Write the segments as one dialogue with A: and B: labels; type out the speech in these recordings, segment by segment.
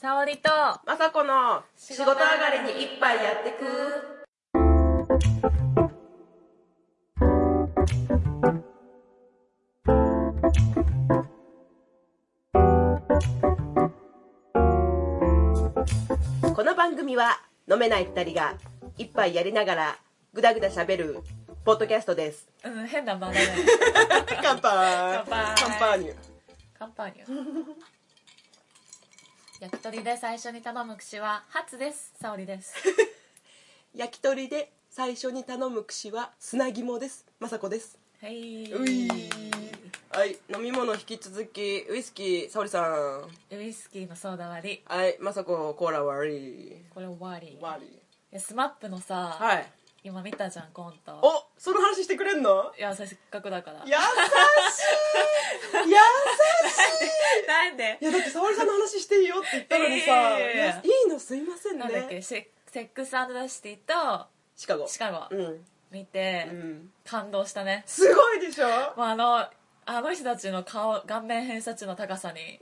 A: 沙織と
B: まさこの仕事上がりに一杯やってくこの番組は飲めない二人が一杯やりながらぐだぐだしゃべるポッドキャストです
A: うん変な番組
B: 乾杯
A: 乾杯
B: 乾杯に
A: カンパ ーニュ焼き鳥で最初に頼む串はハツです沙織です
B: 焼き鳥で最初に頼む串は砂肝ですまさこです
A: はい
B: はい飲み物引き続きウイスキー沙織さん
A: ウイスキーのソーダ割り
B: はいまさこコーラ割り
A: これ終わり
B: 割り
A: えスマップのさ、
B: はい
A: 今見たじゃんコント
B: おその話してくれんの
A: いやそれせっかくだから
B: 優しい 優し
A: なんで
B: いいやだって沙織さんの話していいよって言ったのにさ、
A: いやいやいや
B: いやいいのすいません
A: なんだっけ
B: ね
A: セッセックスダシティ
B: シカゴ
A: とシカゴ、
B: うん、
A: 見て、
B: うん、
A: 感動したね、
B: すごいで しょ
A: まあ、あのあの人たちの顔顔面偏差値の高さに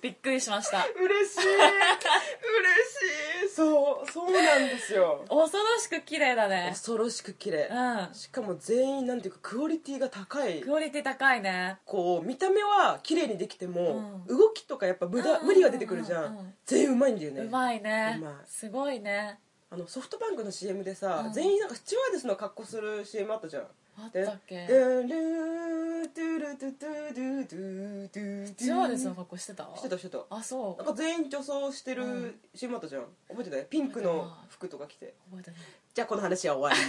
A: びっくりしました
B: 嬉しい嬉しいそうそうなんですよ
A: 恐ろしく綺麗だね
B: 恐ろしく綺麗
A: う
B: しかも全員なんていうかクオリティが高い
A: んクオリティ高いね
B: こう見た目は綺麗にできても、
A: う
B: 動きとかやっぱ無駄、無理が出てくるじゃん、
A: うんうんうん
B: 全員うまいんだよね
A: うまいね
B: うまい
A: すごいね
B: あのソフトバンクの CM でさ、
A: うん
B: 全員なんかスチュワーデスの格好する CM あったじゃん
A: あったっけ
B: でルードゥルドゥドゥドゥドゥドゥ
A: ジョーデスの格好してた
B: してたしてた
A: あそう
B: なん
A: 覚
B: か全員女装して
A: う
B: る
A: ん
B: CM あったじゃん覚えてたよピンクの服とか着
A: え
B: て
A: てない
B: じゃあこの話は終わり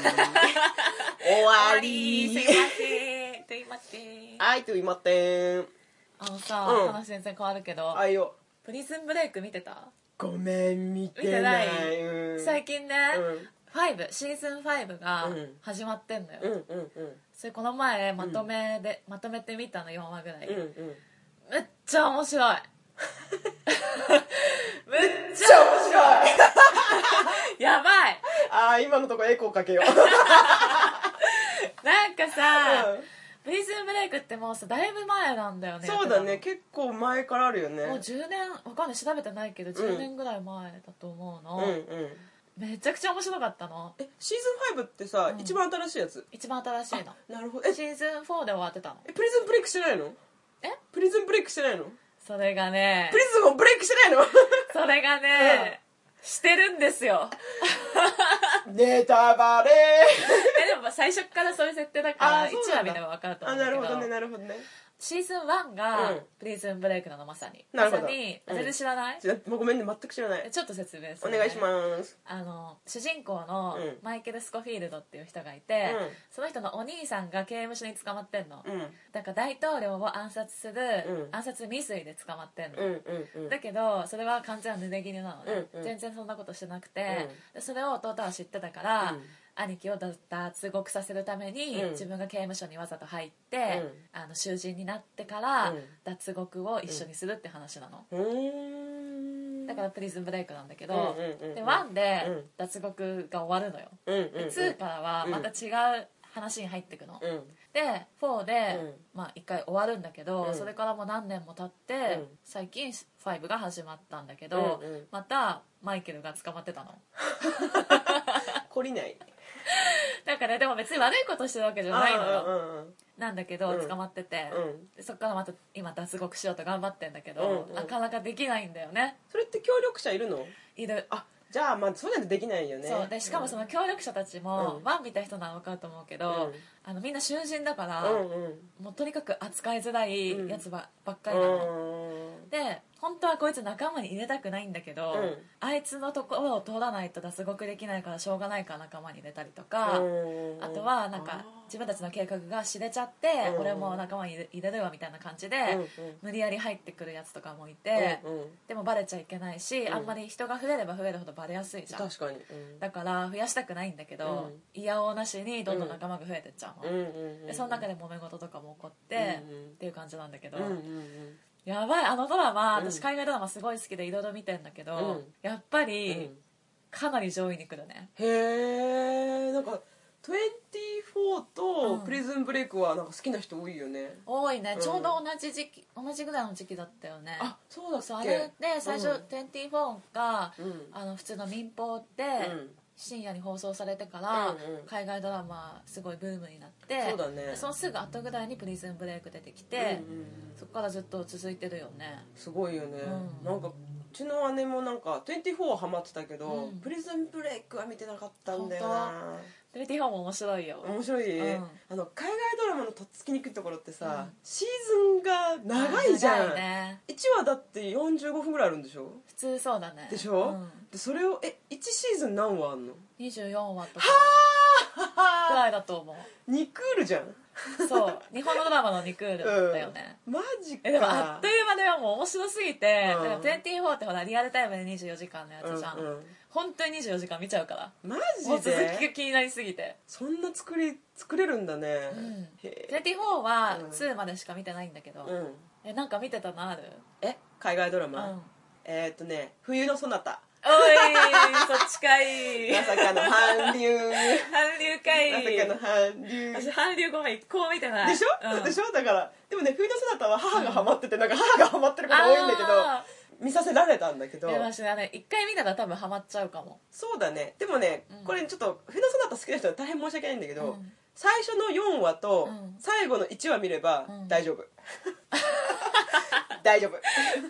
B: 終わ
A: す
B: り
A: いませんすいません
B: はいと言いまってん
A: あのさ、
B: うん
A: 話全然変わるけど、
B: あいよ
A: プリズンブレイク見てた、
B: ごめん見てない
A: 見てない
B: うん
A: 最近ね、
B: うん
A: 5シーズン5が
B: うん
A: 始まってんのよ、
B: うんうんうん
A: それこの前まとめで、まとめてみたの4話ぐらい、
B: うんう
A: めっ
B: ん
A: ちゃ面 白いめっちゃ
B: じゃあ面白い
A: やばい
B: ああ今のとこエコーかけよう
A: なんかさ、
B: うん
A: プリズンブレイクってもうさだいぶ前なんだよね
B: そうだね結構前からあるよね
A: やってたのもう10年わかんない調べてないけど10年ぐらい前だと思う
B: う
A: の
B: ん、うん
A: めちゃくちゃ面白かったの
B: えシーズン5ってさ、
A: うん
B: 一番新しいやつ
A: 一番新しいの
B: なるほどえ
A: シーズン4で終わってたの
B: えプリズンブレイクしてないの
A: え
B: プリズンブレイクしてないの
A: それがね
B: プリズンをブレイクして ない
A: それがね、してるんですよ
B: のネタバ レ
A: えでも最初からそういう設定だから
B: あ
A: 1
B: そうな
A: 話
B: んだ
A: 見れば分かると思
B: あ
A: うんだ
B: な
A: け
B: る
A: ど
B: ほどねなるほどね
A: シーズン1が
B: うん
A: プリズンブレイクなのまさに
B: なる
A: ま
B: ほ
A: さ
B: ど
A: に
B: うん
A: 全然知らない、
B: ちょもうごめんね全く知らない
A: ちょっと説明す
B: お
A: る、
B: 願いします
A: あの主人公の
B: うん
A: マイケル・スコフィールドっていう人がいて、
B: うん
A: その人のお兄さんが刑務所に捕まってんの、
B: うんうん
A: だから大統領を暗殺する、
B: うん
A: 暗殺未遂で捕まってんの、
B: うんうんうん
A: だけどそれは完全な濡れ衣なのね、
B: うんうん
A: 全然そんなことしてなくて、でそれを弟は知ってたから、
B: うん
A: 兄貴を脱脱獄させるために、
B: うん
A: 自分が刑務所にわざと入って、あの囚人になってから、
B: うん
A: 脱獄を一緒にするって話なの、
B: うーん
A: だからプリズンブレイクなんだけど、
B: うんうんうんうん
A: で1で
B: うん
A: 脱獄が終わるのよ、
B: うんうんうん
A: で2からはまた違う話に入ってくの、
B: うん
A: で4で、
B: うん
A: まあ、1回終わるんだけど、
B: うん
A: それからもう何年も経って、
B: うん
A: 最近5が始まったんだけど、
B: うんうん
A: またマイケルが捕まってたの
B: 懲りない
A: だから、でも別に悪いことしてるわけじゃないのよ、
B: うん
A: なんだけど
B: うん
A: 捕まってて、
B: うんうん
A: でそっからまた今脱獄しようと頑張ってんだけど、
B: うんうん
A: なかなかできないんだよね
B: それって協力者いるの
A: いる
B: あじゃあまあそうなんてできないよね
A: そうでしかもその協力者たちも、
B: うん
A: ワン見た人なら分かると思うけど、
B: うん
A: あのみんな囚人だから、
B: うんうん
A: もうとにかく扱いづらいやつば,、ばっかりなの、
B: うん
A: で本当はこいつ仲間に入れたくないんだけど、
B: うん
A: あいつのところを通らないと脱獄できないからしょうがないから仲間に入れたりとか、
B: うん
A: あとはなんか自分たちの計画が知れちゃって、
B: うん
A: 俺も仲間に入れ入れるよみたいな感じで、
B: うんうん
A: 無理やり入ってくるやつとかもいて、
B: うんうん
A: でもバレちゃいけないし、
B: ん
A: あんまり人が増えれば増えるほどバレやすいじゃん
B: 確かに
A: だから増やしたくないんだけど、いやおうなしにどんどん仲間が増えてっちゃう
B: う
A: の、
B: んうんうん
A: でその中で揉め事とかも起こって、
B: うんう
A: っ
B: ん
A: ていう感じなんだけど、
B: うんうんうん
A: やばいあのドラマ、
B: うん
A: 私海外ドラマすごい好きでいろいろ見てんだけど、
B: うん
A: やっぱ
B: う
A: り
B: ん
A: かなり上位に来るね
B: へえんか24
A: う
B: と
A: ん
B: プリズンブレイクはなんか好きな人多いよね、
A: 多いね、
B: うん
A: ちょうど同じ時期同じぐらいの時期だったよね
B: あそうだっけ
A: そうあれで最初、
B: うん
A: 24が、
B: うん
A: あの普通の民放で、
B: うん
A: 深夜に放送されてから、
B: うんうん
A: 海外ドラマすごいブームになって
B: そうだね
A: そのすぐ後ぐらいに「プリズンブレイク」出てきて、
B: うんうんうん
A: そこからずっと続いてるよね
B: すごいよね、
A: うん
B: なんかうちの姉もなんか24はハマってたけど、
A: うん
B: プリズンブレイクは見てなかったんだよな
A: 24も面白いよ、
B: 面白い、
A: うん
B: あの海外ドラマのとっつきにくいところってさ、
A: うん
B: シーズンが長いじゃん、
A: 長いね
B: 1話だって45分ぐらいあるんでしょ
A: 普通そうだね
B: でしょ、
A: うん
B: でそれをえ1シーズン何話 あんの
A: 24話とかぐ
B: は
A: らいだと思う
B: ー2クールじゃん
A: そう日本のドラマの2クールだよね、
B: マジか
A: えでもあっという間でもう面白すぎて、
B: うん
A: だから24ってほらリアルタイムで24時間のやつじゃん、
B: うんうん
A: 本当に24時間見ちゃうから
B: マ
A: もう続
B: ジ
A: きが
B: で
A: 気になりすぎて
B: そんな作り作れるんだね、
A: うん
B: へえ、
A: 24は
B: うん
A: 2までしか見てないんだけど、
B: うん、
A: えなんか見てたのある、
B: え海外ドラ
A: うん
B: マ、えーっとね「冬のそなた
A: おいそっちか」い
B: まさかの韓流
A: 韓流か
B: まさかの
A: い
B: 韓流
A: 私韓流ごめん一個も見てない
B: でしょ、
A: うん、
B: でし
A: ょ
B: ょだからでもね冬のそなたは母がハマってて、なんか母がハマってること多いんだけど見させられたんだけど
A: いや私ねあれ一回見たら多分ハマっちゃうかも
B: そうだねでもね、
A: うん
B: これちょっと冬のそなた好きな人は大変申し訳ないんだけど、
A: うん
B: 最初の4話と
A: うん
B: 最後の1話見れば
A: うん
B: 大丈夫、大丈夫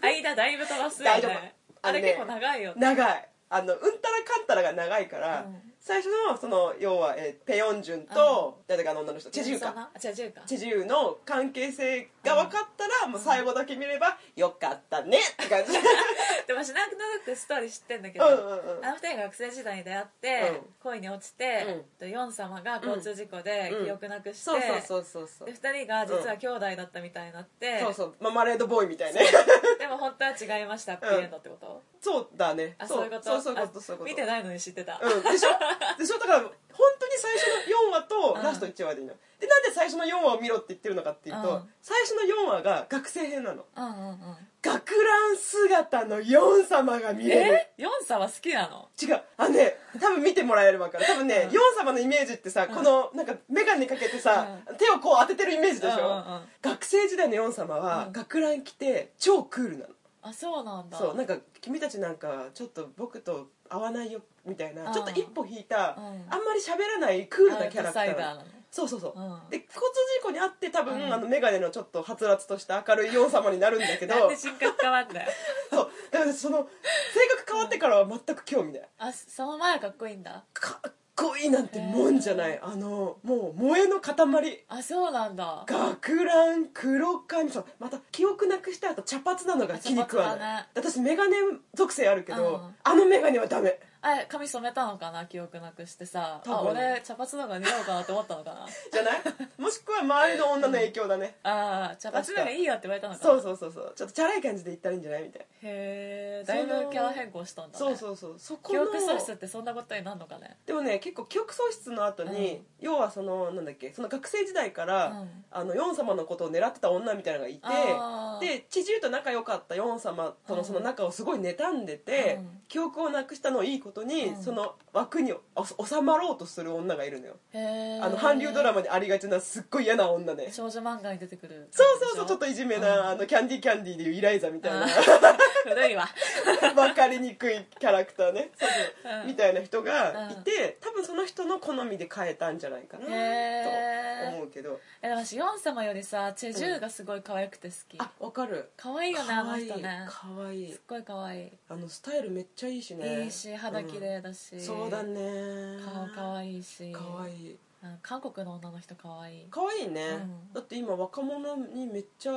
A: 間だいぶ飛ばすよ
B: 大丈夫
A: ねあれ
B: あのね
A: 結構長いよね
B: 長いあのうんたらかんたらが長いから、
A: うん
B: 最初のその要は、えーペヨンジュンと、誰だかの女の人チェジュウか
A: あチェジュウか
B: チェジュウの関係性が分かったら、もう最後だけ見ればよかったねって 感じ
A: でも私なんとなくストーリー知ってんだけ
B: う
A: ど、
B: んうんうん
A: あの二人が学生時代に出会って、
B: うん
A: 恋に落ちて、でヨン様が交通事故で
B: うん
A: 記憶なくして、
B: そうそうそうそうそう
A: で二人が実は兄弟だったみたいになって、
B: そうそうママレードボーイみたいな
A: でも本当は違いましたっていうのってこと、
B: そうだね
A: あそういうこと
B: そうそういうこ
A: あ
B: とそういうこと
A: 見てないのに知ってた、
B: うん、でしょ でしょだから本当に最初の4話
A: う
B: と
A: ん
B: ラスト1話でいいのでなんで最初の4話を見ろって言ってるのかっていうと、
A: うん
B: 最初の4話が学生編なの
A: うん、うんうん
B: 学ラン姿のヨン様が見れる
A: えヨン様好きなの
B: 違うあのね多分見てもらえれば分かる多分ね、
A: うん
B: ヨン様のイメージってさ、このなんか眼鏡かけてさ、手をこう当ててるイメージでしょ、
A: うんうんうん
B: 学生時代のヨン様は、
A: うん
B: 学ラン着て超クールなの
A: あそうなんだ
B: そうなんか君たちなんかちょっと僕と合わないよみたいな、
A: うん
B: ちょっと一歩引いた、
A: うん
B: あんまり喋らないクールなキャラクタ
A: アウ
B: ー
A: トサイダ
B: な
A: ー
B: の
A: なの
B: そうそうそう、
A: うん
B: で交通事故にあって多分、
A: うん
B: あの眼鏡のちょっとはつらつとした明るいヨン様になるんだけど
A: なんで人格変わんだよ
B: そうだからその性格変わってからは全く興味ない
A: あその前はかっこいいんだ
B: かっこいいなんてもんじゃないあのもう萌えの塊
A: あそうなんだ
B: 学ラン黒髪そうまた記憶なくした後茶髪なのが気に食わ
A: 茶髪
B: ない、
A: だね
B: 私眼鏡属性あるけど、
A: うん
B: あの眼鏡はダメ
A: あ髪染めたのかな記憶なくしてさあ
B: 多分
A: 俺茶髪の方が似合うかなって思ったのかな
B: じゃない もしくは周りの女の影響だね、
A: ああ茶髪の方がいいよって言われたのかな
B: そうそうそうそうちょっとチャラい感じで言ったらいいんじゃないみたい
A: へえだいぶキャラ変更したんだ、
B: な
A: ね、
B: そうそうそうそこ
A: 記
B: の
A: 憶喪失ってそんなことになるのかね
B: でもね結構記憶喪失の後に、
A: うん
B: 要はそのなんだっけその学生時代から、
A: うん
B: あのヨン様のことを狙ってた女みたいなのがい
A: あー
B: てでチジュウと仲良かったヨン様とのその仲をすごい妬んでて、
A: うん
B: 記憶をなくしたのをいいことに、
A: うん
B: その枠にお収まろうとする女がいるのよ、
A: へえ
B: あの韓流ドラ
A: マ
B: マにありがちなすっごい嫌な女ね
A: 少女漫画に出てくる
B: そうそうそうちょっといじめな、
A: うん
B: あのキャンディーキャンディーでいうイライザみたいな
A: あ古いわ
B: わかりにくいキャラクターねそうそう
A: うん
B: みたいな人がいて、多分その人の好みで変えたんじゃないかなと
A: へー
B: 思うけど
A: えでも私ヨン様よりさチェジュウがすごい可愛くて好き、
B: あわかる
A: 可愛いよねあ
B: か
A: の
B: わいい
A: 人ね
B: かわいい
A: すっごい可愛い
B: あのスタイルめっちゃいいしね
A: いいし肌綺麗だし、
B: うんそうだね
A: 顔可
B: い
A: 愛いし
B: かわいい
A: うん韓国の女の人可愛い
B: かわいいね、
A: うん
B: だって今若者にめっちゃ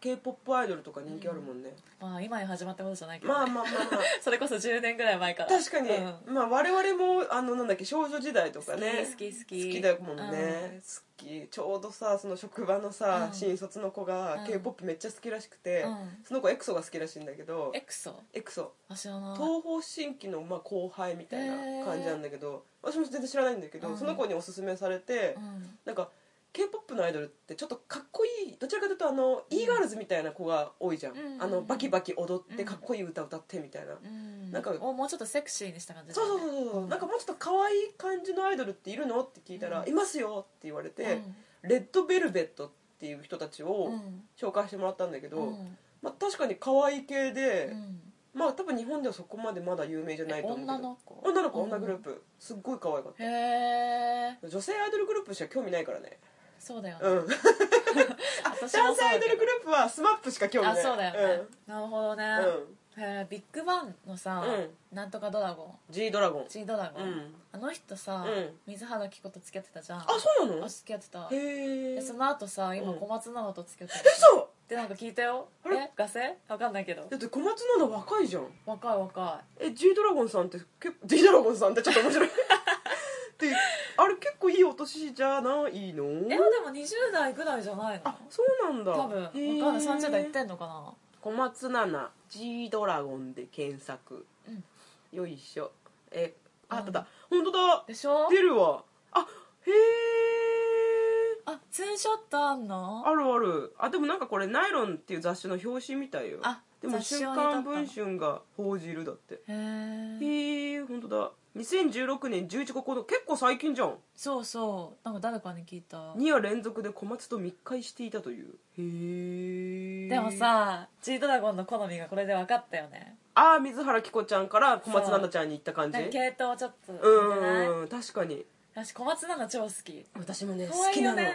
B: k p o p アイドルとか人気あるもんね、
A: まあ今に始まったことじゃないけど、ね、
B: まあまあまあまあ
A: それこそ10年ぐらい前から
B: 確かに、
A: うん
B: まあ我々もあのなんだっけ少女時代とかね
A: 好き好き好き
B: 好きだもんね、好きちょうどさその職場のさ、
A: うん
B: 新卒の子
A: う
B: が
A: ん
B: k p o p めっちゃ好きらしくて、
A: うん
B: その子エクソが好きらしいんだけど
A: エクソ
B: エクソ
A: あ知らない
B: 東方神起のまあ後輩みたいな感じなんだけど、私も全然知らないんだけど、
A: うん
B: その子におすすめされて、
A: うん
B: なんか k p o p のアイドルってちょっとかっこいいどちらかというとあの e ガールズみたいな子が多いじゃん、
A: うん
B: あのバキバキ踊って
A: うん
B: かっこいい歌歌ってみたいな、
A: うん
B: なんか
A: をもうちょっとセクシーにした感じ
B: そうそうそう
A: う
B: そうそうなんかもうちょっと可愛い感じのアイドルっているのって聞いたら「
A: うん
B: いますよ」って言われて、
A: ん
B: レッドベルベットっていう人たち
A: う
B: を
A: ん
B: 紹介してもらったんだけど、
A: うん
B: まあ、確かに可愛い系
A: う
B: で、
A: ん
B: まあ多分日本ではそこまでまだ有名じゃない
A: え
B: と思うけど
A: 女の子
B: 女の子女グループすっごい可愛かっ
A: へえ
B: た女性アイドルグループしか興味ないからね
A: そうだよね、
B: うん
A: 私も
B: 男性
A: そう
B: ア
A: だ
B: イド
A: け
B: ル
A: ど
B: グループはスマップしか興味ない
A: あそうだよね、なるほどね、
B: うん、うん、
A: へービッグバンのさ、
B: う
A: なんとかドラゴ
B: G ドラゴン
A: ン G ドラゴン、
B: うん
A: あの人さ、
B: うん
A: 水原希子と付き合ってたじゃん
B: あそうなの
A: あ付き合ってた
B: へえ
A: でその後さ今
B: うん
A: 小松菜奈と付き合ってる
B: 嘘
A: ってなんか聞いたよ
B: あれ
A: えガセわかんないけど
B: だって小松菜奈若いじゃん
A: 若い若
B: え G ドラゴンさんって結構 G ドラゴンさんってちょっと面 白いであれ結構いいお年じゃないの
A: いえでも20代ぐらいじゃないの
B: あそうなんだ
A: 多分わかんない30代いってんのかな
B: 小松菜奈 G ドラゴンで検索、
A: うん
B: よいしょえあ
A: う
B: あ
A: ん
B: っただ本当だ
A: でしょ
B: 出るわあへえ
A: あツーショットあんの
B: あるあるあでもなんかこれ「ナイロン」っていう雑誌の表紙みたいよ
A: あ
B: でも「
A: 雑誌
B: 瞬
A: 用に撮った
B: 間
A: の
B: 文春」が報じるだって
A: へえ
B: へえ本当だ2016年11個この結構最近じゃん
A: そうそうなんか誰かに聞いた
B: 2夜連続で小松と密会していたというへえ
A: でもさ G ドラゴンの好みがこれで分かったよね
B: ああ水原希子ちゃんから小松菜奈ちゃんに行った感じ
A: なんか系統ちょっと似
B: う
A: てない
B: んうん確かに
A: 私小松菜奈超好き
B: 私もね
A: 可愛いよね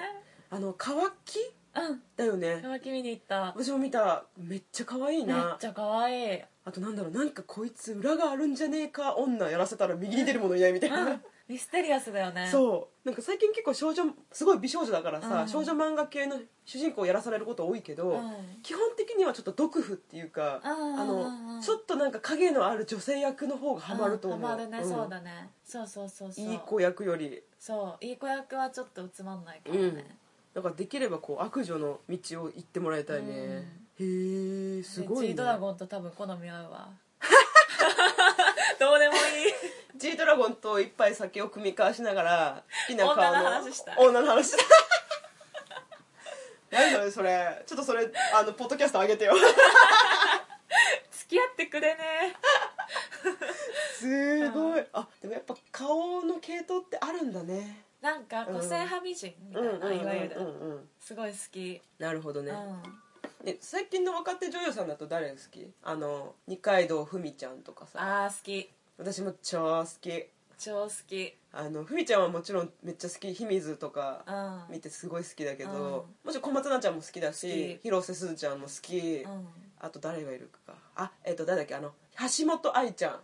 B: あの乾き
A: うん
B: だよね
A: 乾き見に行った
B: 私も見ためっちゃ可愛い
A: めっ
B: な
A: ちゃ可愛い
B: あとなんだろうなんかこいつ裏があるんじゃねえか女やらせたら右に出るものいないみたいな、
A: うんミステリアスだよね
B: そうなんか最近結構少女すごい美少女だからさ、
A: うん
B: 少女漫画系の主人公をやらされること多いけど、
A: うん
B: 基本的にはちょっと毒婦っていうか、
A: うん
B: あ
A: うんう
B: の
A: ん
B: ちょっとなんか影のある女性役の方がハマると思う、
A: ハマるね
B: ん
A: そうだねそうそうそうそう
B: いい子役より
A: そういい子役はちょっとつまんないからね、
B: うんだからできればこう悪女の道を行ってもらいたいね、へえすごい、ね、
A: G ドラゴンと多分好み合うわ どうでもい い
B: G ドラゴンと一杯酒を組み交わしながら好きな顔の
A: 女の話したい
B: 女の話したい 何それそれちょっとそれあのポッドキャスト上げてよ
A: 付き合ってくれね
B: すごいあでもやっぱ顔の系統ってあるんだね
A: なんか個性派美人みたいな、いわゆる、
B: うんうん
A: すごい好き、
B: なるほど
A: う
B: ね
A: ん、、
B: で最近の若手女優さんだと誰が好きあの二階堂ふみちゃんとかさ
A: あー好き
B: 私も超好き
A: 超好き
B: あのふみちゃんはもちろんめっちゃ好き秘密とか
A: うん
B: 見てすごい好きだけ
A: うん
B: ど、もちろん小松菜奈ちゃんも好きだし
A: 好き
B: 広瀬すずちゃんも好き、
A: うん
B: あと誰がいるかあえっ、と誰だっけあの橋本愛ちゃん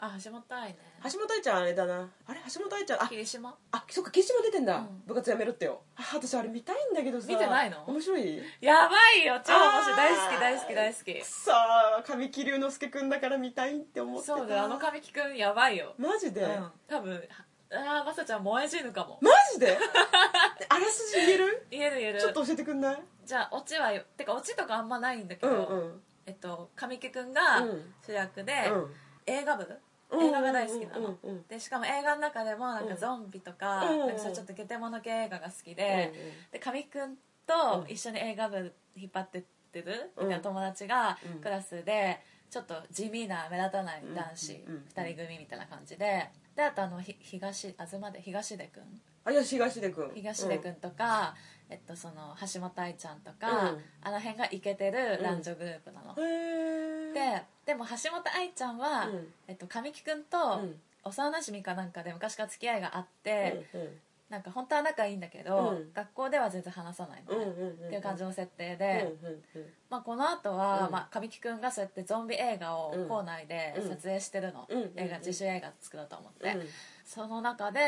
A: あ橋本愛ね
B: 橋本愛ちゃんあれだなあれ橋本愛ちゃんあ
A: 霧島
B: あそっか岸も出てんだ、
A: うん
B: 部活やめるってよあ私あれ見たいんだけどさ
A: 見てないの
B: 面白い
A: やばいよ超面白い大好
B: あー
A: き大好き大好き
B: さあ神木隆之介くんだから見たいって思ってた
A: そうだよあの神木君やばいよ、
B: マジで、
A: うん、多分ああまさちゃん燃え死ぬかも
B: マ ジであらすじ言える
A: 言える言える
B: ちょっと教えてくんない
A: じゃあオチはよてかオチとかあんまないんだけ
B: う
A: ど、
B: んうん
A: えっと、神木君が
B: うん
A: 主役で、
B: うん
A: 映画部
B: うん
A: 映画が大好きなの、
B: うんうん
A: でしかも映画の中でもなんかゾンビとか,、
B: うん
A: なんかそういうちょっとゲテモノ系映画が好きで、
B: うんうん
A: で神木君と一緒に映画部引っ張ってってるみたいな友達が
B: うん
A: クラスでちょっと地味な目立たない男子
B: うんうん
A: 2人組みたいな感じで。であとあのひ東東で東出君
B: あいや東出君
A: 東出君とか、えっと、その橋本愛ちゃんとか、
B: うん
A: あの辺がイケてる男女グループなの、
B: うんへえ
A: ででも橋本愛ちゃんは、
B: うん
A: えっと、神木君と
B: うん
A: 幼なじみかなんかで昔から付き合いがあって、
B: うんうん
A: なんか本当は仲いいんだけど、
B: うん
A: 学校では全然話さないのね、っていう感じの設定で、
B: うんうんうん
A: まあ、この後は、
B: うん
A: まあ、神木君がそうやってゾンビ映画を校内で撮影してるの、
B: うんうん
A: 映画
B: うん
A: 自主映画作ろうと思って、
B: うん
A: その中で、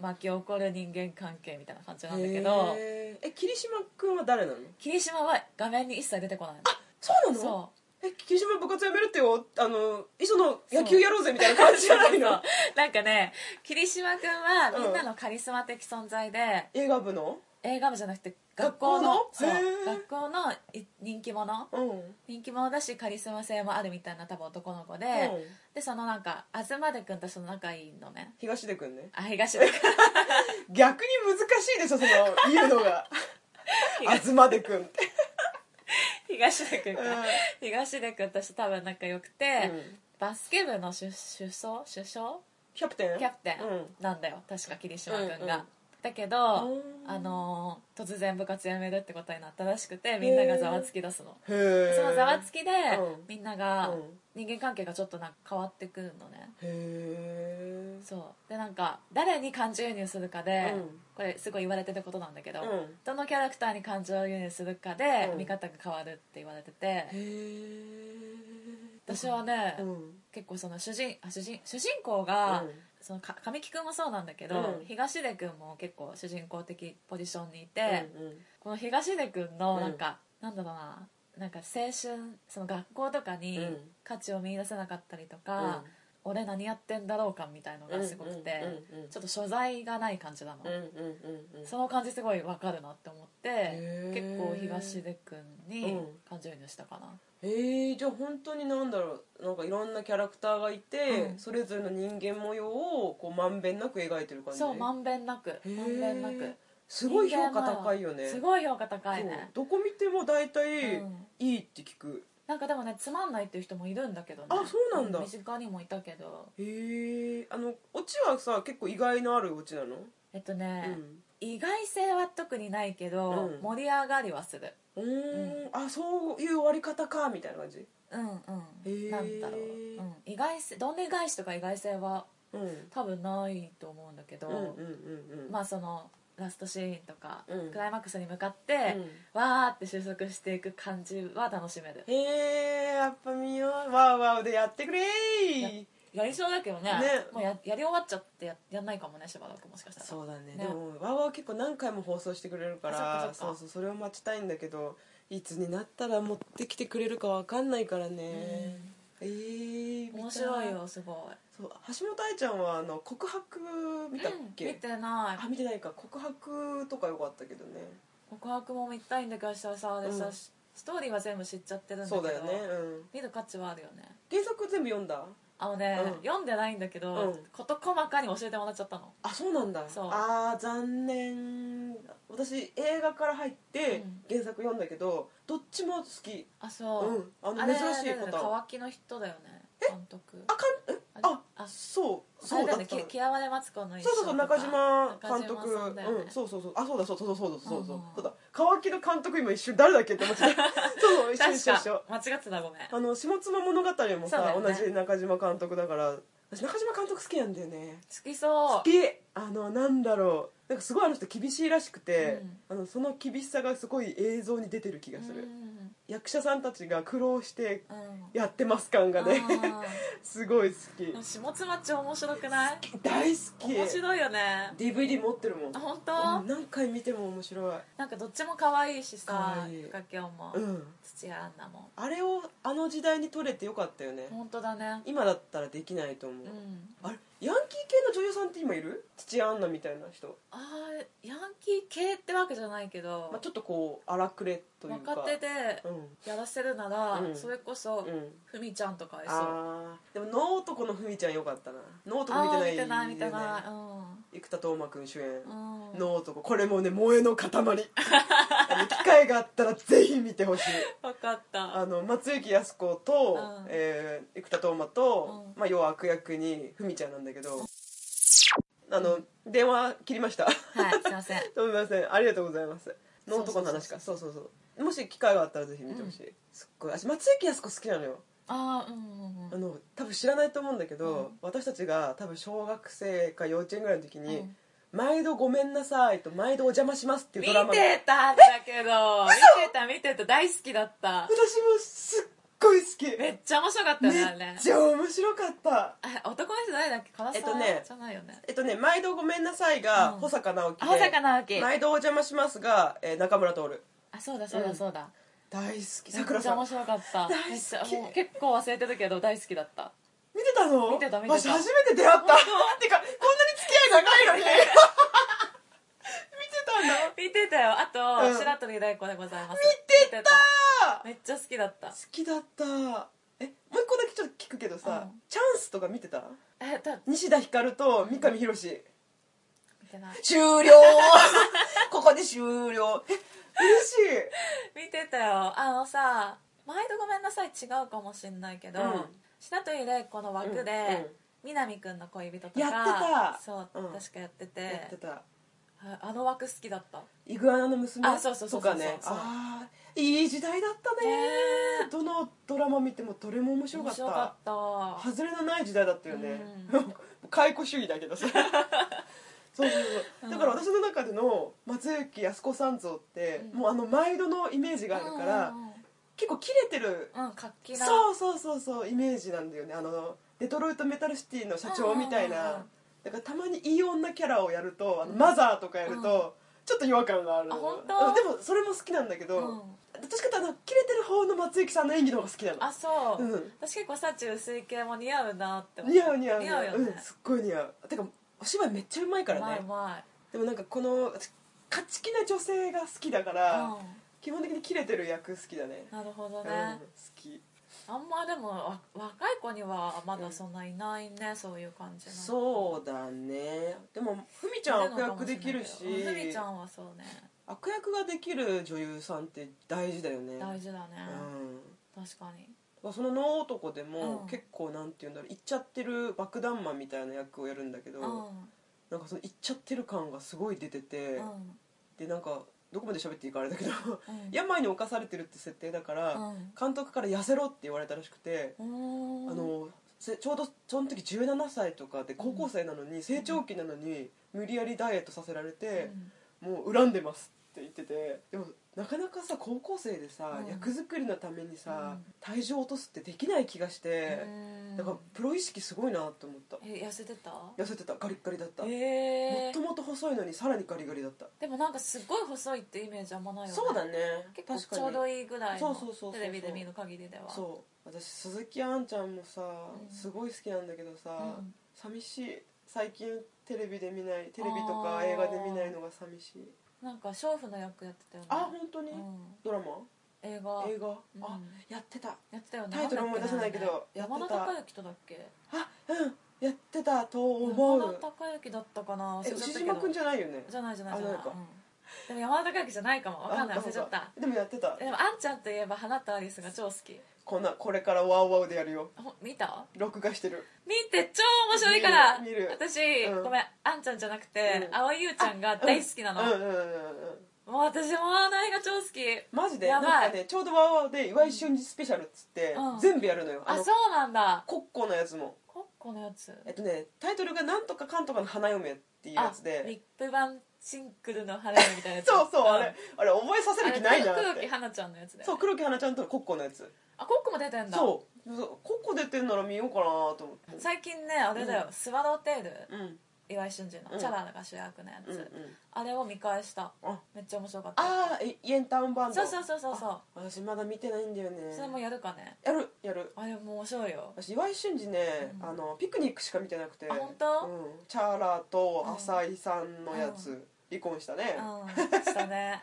A: 巻き起こる人間関係みたいな感じなんだけど
B: へーえ霧島君は誰なの
A: 霧島は画面に一切出てこないの
B: そうなの
A: そ
B: え霧島部活やめるってよあの磯野野球やろうぜみたいな感じじゃないう
A: そう
B: の
A: なんかね霧島君は
B: うん
A: みんなのカリスマ的存在で、
B: 映画部の
A: 映画部じゃなくて
B: 学
A: 学
B: 校
A: 校
B: の
A: のそう
B: へー
A: 学校のい人気者
B: うん
A: 人気者だしカリスマ性もあるみたいな多分男の子で、
B: うん
A: でそのなんか東出君とその仲いいのね
B: 東出君ね
A: あ東出君
B: 逆に難しいでしょその言うの が東出君って、
A: 東出君
B: う
A: か、
B: ん
A: 東出君として多分仲良くて、
B: うん
A: バスケ部の主主将主将
B: キャプテン
A: キャプテ
B: うん
A: ンなんだよ、確か霧島君が、
B: うんうん
A: だけど、
B: うん
A: あのー突然部活辞めるってことになったらしくてみんながざわつき出すの、
B: へえ
A: そのざわつきで、
B: うん
A: みんなが、
B: うん
A: 人間関係がちょっとなんか変わってくるのね
B: へえ
A: そうでなんか誰に感情移入するかで、
B: うん
A: これすごい言われてることなんだけど、
B: うん
A: どのキャラクターに感情移入するかで、
B: うん
A: 見方が変わるって言われてて、
B: へえ
A: 私はね、
B: うん
A: 結構その主人あ主人主人公が、
B: うん
A: そのか神木君もそうなんだけど、
B: うん
A: 東出君も結構主人公的ポジションにいて、
B: うんうん
A: この東出君の
B: うん
A: なんか、なんだろうななんか青春その学校とかに
B: うん
A: 価値を見出せなかったりとか、俺何やってんだろうかみたいのがすごくて、
B: うんうんうん
A: ちょっと所在がない感じなの、
B: うんうんうんうん
A: その感じすごいわかるなって思って
B: へ
A: 結
B: ー
A: 構東出君に
B: うん
A: 感情移入したかな、
B: えー、じゃあ本当になんだろうなんかいろんなキャラクターがいて、
A: うん
B: それぞれの人間模様をこうまんべんなく描いてる感じ
A: そうまんべんなく
B: へー
A: まんべんなく
B: すごい評価高いよね
A: すごい評価高い
B: そう
A: ね
B: どこ見ても大体
A: うん
B: いいって聞く、
A: なんかでもねつまんないっていう人もいるんだけどね
B: あそうなんだ
A: 身近にもいたけど
B: へえあのオチはさ結構意外のあるオチなの、
A: えっとね、意外性は特にないけど、
B: うん
A: 盛り上がりはする
B: うんうーんあそういう終わり方かみたいな感じ
A: うんうん、
B: へー
A: なんだろう、うん、意外性どんで返しとか意外性は
B: うんうん
A: 多分ないと思うんだけど、
B: うんうんうん
A: まあそのラストシーンとか、
B: うん
A: クライマックスに向かって、わーって収束していく感じは楽しめる
B: へえやっぱ見ようワーワーでやってくれー
A: やりそうだけどね
B: ね
A: もうややり終わっちゃってややんないかもねしばらくもしかしたら
B: そうだね
A: ね
B: でもわーわー結構何回も放送してくれるか
A: あそっ
B: ら
A: かそっ
B: そ
A: か
B: うそうそれを待ちたいんだけどいつになったら持ってきてくれるかわかんないからねえー、見た
A: 面白いよすごい
B: そう橋本愛ちゃんはあの告白見たっけ、
A: 見てない
B: あ見てないか告白とか良かったけどね
A: 告白も見たいんだけどささ私さ、
B: うん
A: ストーリーは全部知っちゃってるんだけ
B: そ
A: ど
B: うだよねうん
A: 見る価値はあるよね
B: 原作全部読んだ
A: あのね、
B: うん
A: 読んでないんだけど、
B: うん
A: 事細かに教えてもらっちゃったの
B: あそうなんだ
A: そう
B: あー残念私映画から入って
A: うん
B: 原作読んだけどどっちも好き
A: あそう、
B: うんあの
A: れ
B: 珍しい
A: あれ
B: パ
A: だ
B: ターン
A: よね乾きの人だよね監督
B: あかんえあ
A: あ
B: そう
A: あ
B: そ
A: れ
B: う
A: だよ
B: だっ
A: ね
B: たの
A: き嫌われマツコの一
B: そうそうそう中島監督
A: 中島さんだよね
B: うんそうそうそうあそうだそうそうそうそうそうそう
A: うんうん
B: そうだ川木の監督今一瞬誰だっけって思 っちゃったそうそう一瞬一瞬一
A: 確
B: 瞬
A: か間違ってたごめん
B: あの下妻物語も
A: そうだ
B: さ、
A: よね
B: 同じ中島監督だから私中島監督好きなんだよね
A: 好きそう
B: 好きあのなんだろうなんかすごいあの人厳しいらしくて、あのその厳しさがすごい映像に出てる気がする、
A: うん
B: 役者さんたちが苦労して
A: うん
B: やってます感がね すごい好
A: あー 下妻町面白くない
B: き大好き
A: 面白いよね
B: DVD 持ってるもん
A: あ本当、
B: うん何回見ても面白い
A: なんかどっちも可愛いし
B: 可
A: さ
B: 愛い
A: 深きょも、
B: うん
A: 土屋アンナも
B: あれをあの時代に撮れてよかったよね
A: 本当だね
B: 今だったらできないと思う、
A: うん
B: あれヤンキー系の女優さんって今いる土屋アンナみたいな人、
A: あーヤンキー系ってわけじゃないけど、
B: まあ、ちょっとこう荒くれというか
A: 若手で
B: うん
A: やらせるなら、
B: うん
A: それこそ、
B: うん
A: ふみちゃんとか合いそう
B: あーでもノートこのふみちゃんよかったなノート
A: あ
B: 見てな
A: ー
B: い
A: 見てない見て
B: よ
A: な
B: ね
A: いうん
B: 生田斗真君主演
A: うん
B: の男これもね萌え の塊あの機会があったらぜひ見てほしい
A: 分かった
B: あの松雪泰子と、
A: うん
B: えー生田斗真と、
A: う
B: まあ、要は悪役にふみちゃんなんだけど、あの電話切りました
A: はいすいません
B: すみませんありがとうございますの男の話かそうそうそうもし機会があったらぜひ見てほしい、すっごい私松雪泰子好きなのよ
A: ああうんうんう
B: あ
A: ん
B: の多分知らないと思うんだけど、
A: うん
B: 私たちが多分小学生か幼稚園ぐらいの時に「
A: うん
B: 毎度ごめんなさい」と「毎度お邪魔します」っていう
A: 見
B: ドラマ
A: てたんだけど見てた見てた大好きだった
B: 私もすっごい好き
A: めっちゃ面白かったよねあれ
B: めっちゃ面白かった
A: あ男の人誰だっけ唐沢
B: えっとね
A: じゃないよね
B: えっとね「毎度ごめんなさい」が
A: うん
B: 保坂直樹
A: あ
B: で
A: 保坂直樹
B: 毎度お邪魔します」が、えー中村徹
A: あそうだそう
B: う
A: だ
B: ん
A: そうだ、
B: 大好き
A: め
B: さく
A: っ
B: ら
A: ちゃ
B: さん
A: 面
B: 見て
A: 白かった
B: 大好き
A: めっちゃもう結構忘れてるけど大好きだった
B: たの
A: 見てた見てた
B: 私初めて出 会ったてかこんなに付き合い長いのに見てたんだ
A: 見てたよあと、
B: うん
A: 白鳥大子でございます
B: 見てた
A: 見めっちゃ好きだった
B: 好きだったえもう一個だけちょっと聞くけどさ、
A: うん
B: チャンスとか見てた
A: えだ
B: 西田ひかると三上博史
A: てない
B: 終 了ここで終了え嬉しい
A: 見てたよあのさ毎度ごめんなさい違うかもしんないけど、
B: うん
A: 白鳥玲子の枠で、
B: うんうん
A: 南くんの恋人とか
B: やってた
A: そう、
B: うん
A: 確かやってて
B: やってた
A: ああの枠好きだったね
B: イグアナの娘
A: あそうそうそう
B: と
A: そう
B: かね
A: そうそう
B: あーいい時代だったねどのドラマ見てもどれも面白か
A: 面
B: っ
A: 白か
B: た
A: った
B: 外れのない時代だったよね、
A: う
B: 解雇主義だけどさそうそうそうだから私の中での松雪靖子さん像って、
A: うん
B: もうあの毎度のイメージがあるから、
A: うんうん
B: 結構切れてる
A: うん、うん活気が
B: そうそうそうそうイメージなんだよねあのデトロイトメタルシティの社長みたい
A: うんうんうんう
B: なんだからたまにいい女キャラをやるとあのマザーとかやるとちょっと違和感がある
A: あ本当
B: でもそれも好きなんだけど、
A: うん
B: 私かとあの切れてる方の松雪さんの演技の方が好きなの
A: あそう、
B: うん
A: 私結構サチ薄い系も似合うなって思って
B: 似合う似合う
A: 似合うよね
B: ん、すっごい似合うてかお芝居めっちゃうまいから
A: 前
B: ね
A: 前
B: でもなんかこの私勝ち気な女性が好きだから、
A: う
B: 基本的に切れてる役好きだね
A: んなるほど
B: うん、
A: ね、
B: 好き
A: あんまでもわ若い子にはまだそんないないね、そういう感じの
B: そうだねでもふみ
A: う
B: ちゃん悪役できるし
A: ふみちゃんはそうね
B: 悪役ができる女優さんって大事だよね
A: 大事だね、
B: う
A: 確かに
B: んその能男でも
A: うん
B: 結構なんて言うんだろういっちゃってる爆弾魔みたいな役をやるんだけど、
A: うん
B: なんかそのいっちゃってる感がすごい出てて、
A: うん
B: でなんかどこまで喋っていいかあれだけど、
A: うん
B: 病に侵されてるって設定だから、
A: うん
B: 監督から痩せろって言われたらしくて、
A: うん
B: あのせちょうどその時17歳とかで高校生なのに、成長期なのに無理やりダイエットさせられて、もう恨んでますって言っててでもなかなかさ高校生でさ、
A: うん
B: 役作りのためにさ、
A: うん
B: 体重を落とすってできない気がして、
A: うん
B: だからプロ意識すごいなと思った
A: え痩せてた
B: 痩せてたガリッガリだった、
A: え
B: もともと細いのにさらにガリガリだった、
A: でもなんかすごい細いってイメージあんまないよね
B: そうだね
A: 結構
B: 確
A: ち
B: か
A: ょ
B: に
A: うどいいぐらい
B: そうそうそうそう
A: のテレビで見る限りでは
B: そう私鈴木杏ちゃんもさ、
A: ん
B: すごい好きなんだけどさ、
A: うん
B: 寂しい最近テレビで見ないテレビと
A: あ
B: か
A: ー
B: 映画で見ないのが寂しい
A: なんか娼婦の役やってたよね
B: あ本当に、
A: うん
B: ドラマ
A: 映画
B: 映画、
A: うん
B: あやってた
A: やってたよね
B: タイトル思い出せないけどやってた
A: 山田孝之とだっけ
B: あうんやってたと思
A: 山
B: う
A: 田孝之だったかな忘れち
B: え
A: ゃっ
B: 牛
A: たけ
B: 島
A: ど
B: くんじゃないよね
A: じゃないじゃないじゃない
B: あなんか
A: うんでも山田孝之じゃないかもわかんない忘れちゃった
B: でもやってた
A: でもあんちゃんといえば花とアリスが超好き
B: こんなこれからワウワウでやるよ
A: ほ見た
B: 録画してる
A: 見て超面白いから
B: 見る見る
A: 私、
B: うん
A: ごめんあんちゃんじゃなくて、
B: うん
A: あわ蒼井優ちゃんが大好きなの、
B: うんうんうんうん
A: もう私もあの映画超好き
B: マジでな
A: や
B: ん
A: ばい
B: かねちょうどワウワウで岩井俊二スペシャルっつって
A: うん
B: 全部やるのよ
A: あ
B: の
A: そうなんだ
B: コッコのやつも
A: コッコのやつ
B: えっとねタイトルが「なんとかかんとかの花嫁」っていうやつ
A: あリ
B: で
A: ップバンシンクルの花嫁みたいなやつ
B: そうそうあれ
A: ん
B: あれ覚えさせる気ないなっ
A: 黒木
B: て
A: 花ちゃんのやつだよね
B: そう黒木花ちゃんとコッコのやつ
A: あコックも出てんだ
B: そうそうコッコ出てんなら見ようかなと思って
A: 最近ねあれだよ、
B: うん
A: スワローテール
B: うん
A: 岩井俊二の、
B: うん
A: チャラが主役のやつ、
B: うんうん
A: あれを見返した
B: あ
A: めっちゃ面白かった
B: あーえイエンタウンバンド
A: そうそうそうそうそう
B: 私まだ見てないんだよね
A: それもやるかね
B: やるやる
A: あれも面白いよ
B: 私岩井俊二ね、
A: うん
B: あのピクニックしか見てなくて
A: あ本当
B: うん、チャーラーと
A: うん
B: 浅井さんのやつ、
A: う
B: 離婚したね、
A: うんしたね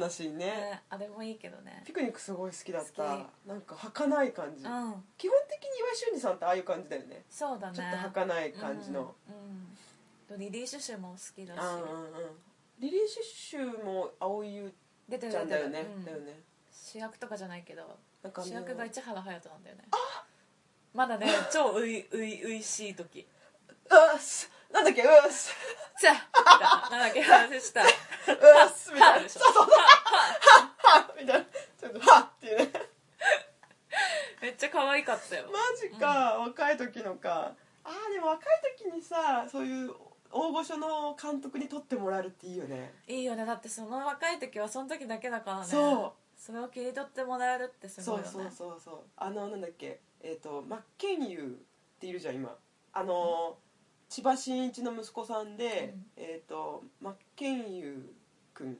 B: 悲しいね
A: ねあれもいいけどね
B: ピクニックすごい好きだっ
A: 好
B: たなんか儚い感じ、
A: うん
B: 基本的に岩井俊二さんってああいう感じだよね
A: そうだね
B: ちょっと儚い感じの、
A: うん、うん、リリー・シュシュも好きだし
B: うんうんうんリリー・シュッシュも蒼井優
A: 出てる
B: ちゃんだよね、
A: うん
B: だよね
A: 主役とかじゃないけど
B: なんかあの
A: 主役が市原隼人なんだよねまだね超ういういういしい 時
B: うっすなんだっけうっす
A: さあなんだっけ話した
B: うっ すみた
A: ハー
B: いな
A: でし
B: そ
A: ょ
B: うそうはっみたいなちょっとはっっていうね
A: めっちゃ可愛かったよ
B: マジか、若い時のかあーでも若い時にさそういう大御所の監督に撮ってもらえるっていいよね
A: いいよねだってその若い時はその時だけだからね
B: そう
A: それを切り取ってもらえるってす
B: そ
A: ごいうよね
B: そうそうそうあのなんだっけえっ、と真剣佑っているじゃん今あのー千葉真一の息子さんで、えっ、と真剣佑くん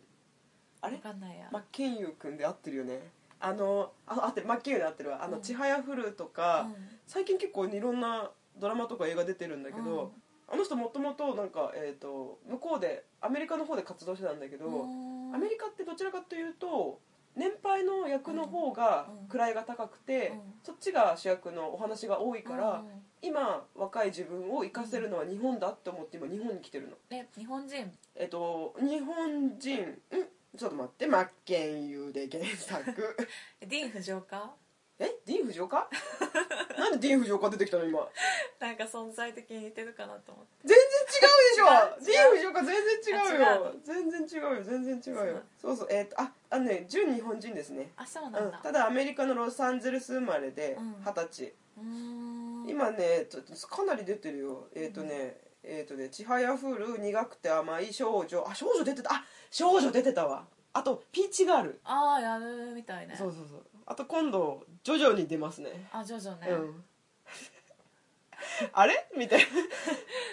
B: あれ
A: 分かんないや、
B: 真剣佑くんで合ってるよねあのあ合ってる真剣佑で合ってるわあの、
A: うん
B: ちはやふるとか、
A: うん
B: 最近結構いろんなドラマとか映画出てるんだけど、あの人もともとなんか、えー、と向こうでアメリカの方で活動してたんだけど、
A: うん
B: アメリカってどちらかというと年配の役の方が
A: うん
B: 位が高くて、
A: うん
B: そっちが主役のお話が多いから、
A: うん
B: 今若い自分を生かせるのは日本だって思って今日本に来てるの
A: え日本人
B: えっと日本人んちょっと待って真剣佑で 検索
A: えディーン・フジオカ
B: えディーン・フジオカなんでディーン・フジオカ出てきたの今
A: なんか存在的に似てるかなと思って
B: 全然違うでしょディーン・フジオカ全然違う
A: あ違
B: よ全然違うよ全然違うよそうそうえっとああのね純日本人ですね
A: あそう
B: う
A: なん
B: ん
A: だ、
B: ただアメリカのロサンゼルス生まれで
A: うん
B: 二十歳
A: うーん
B: 今ねちょっとかなり出てるよえっ、とね、えっ、とね「ちはやふる苦くて甘い少女」あ少女出てたあ少女出てたわあと「ピーチガール
A: ああやるみたい」ね
B: そうそうそうあと今度「徐々に出ますね
A: あジョジョね、
B: うん あれ みたいな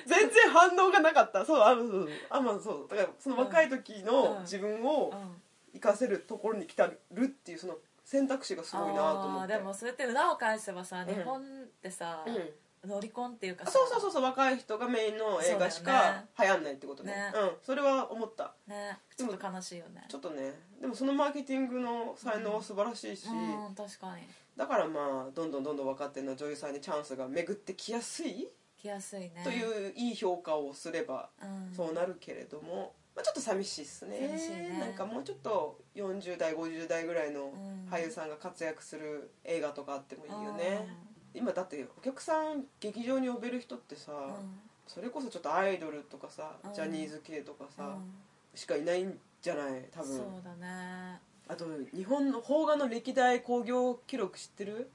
B: 全然反応がなかったそうあのそうあまあそうだからその若い時
A: うん
B: の自分を
A: うん
B: 生かせるところに来たるっていうその選択肢がすごいなと思
A: あ
B: っ
A: ー
B: て
A: でもそれって裏を返せばさ
B: うん
A: 日本ってさ、
B: うん
A: 乗り込んっていうか
B: あ
A: さ
B: そうそうそうそう若い人がメインの映画し
A: そうだよ
B: か
A: ね
B: 流行んないってことね
A: ね
B: うんそれは思った
A: ねち
B: で
A: ょ
B: も
A: っと悲しいよね
B: ちょっとねでもそのマーケティングの才能は素晴らしいし、
A: うん確かに
B: だからまあどんどんどんどん若手の女優さんにチャンスが巡ってきやすい
A: 来やすいね
B: といういい評価をすれば
A: うん、
B: そうなるけれども、まあ、ちょっと寂しいっすね
A: 寂しいね
B: なんかもうちょっと40代50代ぐらいの
A: うん
B: 俳優さんが活躍する映画とかあってもいいよね、今だってお客さん劇場に呼べる人ってさ、
A: うんうん
B: それこそちょっとアイドルとかさ、
A: うん
B: ジャニーズ系とかさ、
A: うん
B: しかいないんじゃない多分
A: そうだね
B: あと日本の邦画の歴代興行記録知ってる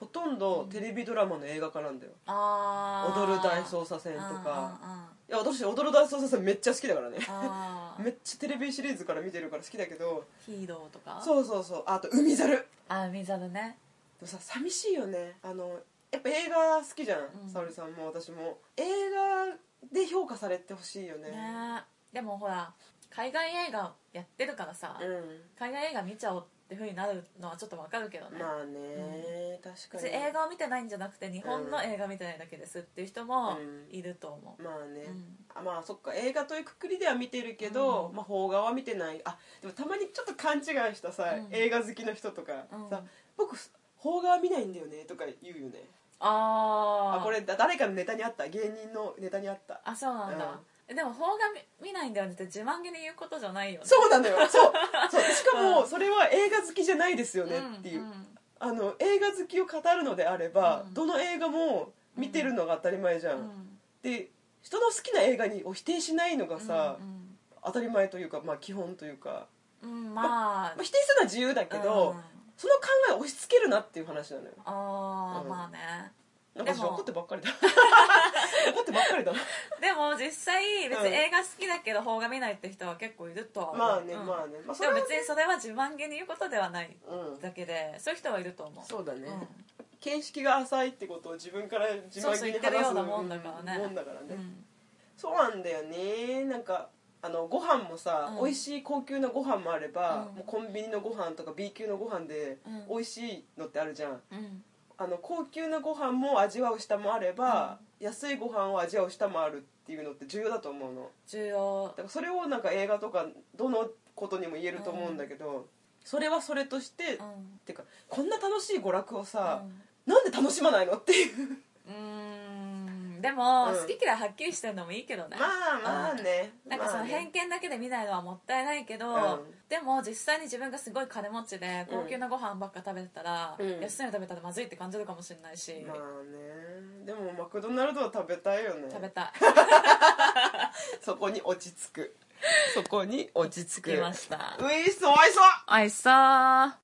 B: ほとんどテレビドラマの映画化なんだよ「
A: あー
B: 踊る大捜査線」と
A: う
B: か
A: んうんうん
B: いや私「踊る大捜査線」めっちゃ好きだからね
A: あー
B: めっちゃテレビシリーズから見てるから好きだけど
A: ヒーローとかう
B: そうそうそうあと「海猿」で
A: あ海猿ね
B: もさ寂しいよねあのやっぱ映画好きじゃ
A: うんん
B: 沙織、さんも私も映画で評価されてほしいよね
A: ねでもほら海外映画やってるからさ、
B: うん
A: 海外映画見ちゃおうってふうになるのはちょっとわかるけどね、
B: まあね、確か
A: 別
B: に
A: に映画を見てないんじゃなくて日本の映画見てないだけですっていう人も
B: うん
A: いると思う、
B: まあね、
A: うん
B: あまあそっか映画というくくりでは見てるけど、
A: うん
B: まあ、邦画は見てないあでもたまにちょっと勘違いしたさ、
A: うん
B: 映画好きの人とか、
A: うん
B: さ僕邦画は見ないんだよねとか言うよね
A: ああ
B: あこれだ誰かのネタにあった芸人のネタにあった
A: あそうなんだ、えでも邦画見見ないんだよねって自慢げに言うことじゃないよね
B: そうな のよそうそうしかもそれは映画好きじゃないですよねっていう、
A: んん
B: あの映画好きを語るのであれば、
A: うん
B: どの映画も見てるのが当たり前じゃん、
A: うん
B: で人の好きな映画にを否定しないのがさ、
A: うん
B: 当たり前というか、まあ、基本というか
A: うんうんまあ
B: まあ、否定するのは自由だけど、
A: うん
B: その考えを押し付けるなっていう話なのよ
A: あー
B: うん
A: まあね
B: なんか私
A: でも
B: 怒ってば っかりだ怒ってばっかりだ
A: でも実際別
B: うん
A: に映画好きだけど邦画見ないって人は結構いるとは思う
B: まあね、
A: うん
B: まあね、まあ、そ
A: で
B: れ
A: も
B: は
A: 別にそれは自慢げに言うことではない
B: うん
A: だけでそういう人はいると思う
B: そうだね、
A: うん
B: 見識が浅いってことを自分から自
A: そう
B: 慢
A: そう
B: げに
A: 言ってるよ
B: 話す
A: うなもんだからね
B: うんもんだからね
A: うん
B: そうなんだよねなんかあのご飯もさ、
A: うん
B: 美味しい高級なご飯もあれば、
A: うん
B: もうコンビニのご飯とか B 級のご飯で
A: うん
B: 美味しいのってあるじゃん
A: うん
B: あの高級なご飯も味わう下もあれば、安いご飯を味わう下もあるっていうのって重要だと思うの
A: 重要
B: だからそれをなんか映画とかどのことにも言えると思うんだけど、それはそれとして、
A: う
B: っ
A: ん
B: ていうかこんな楽しい娯楽をさ
A: う、ん
B: なんで楽しまないのっていう
A: うーんでも、
B: うん
A: 好き嫌いはっきりしてるのもいいけどね
B: まあまあね、
A: なんかそ
B: ま
A: の
B: あね
A: 偏見だけで見ないのはもったいないけど、
B: うん
A: でも実際に自分がすごい金持ちで
B: うん
A: 高級なご飯ばっか食べてたら、
B: うん
A: 安いの食べたらまずいって感じるかもしれないし、
B: まあねでもマクドナルドは食べたいよね
A: 食べたい
B: そこに落ち 着くそこに落ち着
A: 来
B: く
A: ました
B: ウイスおいそう
A: あいさー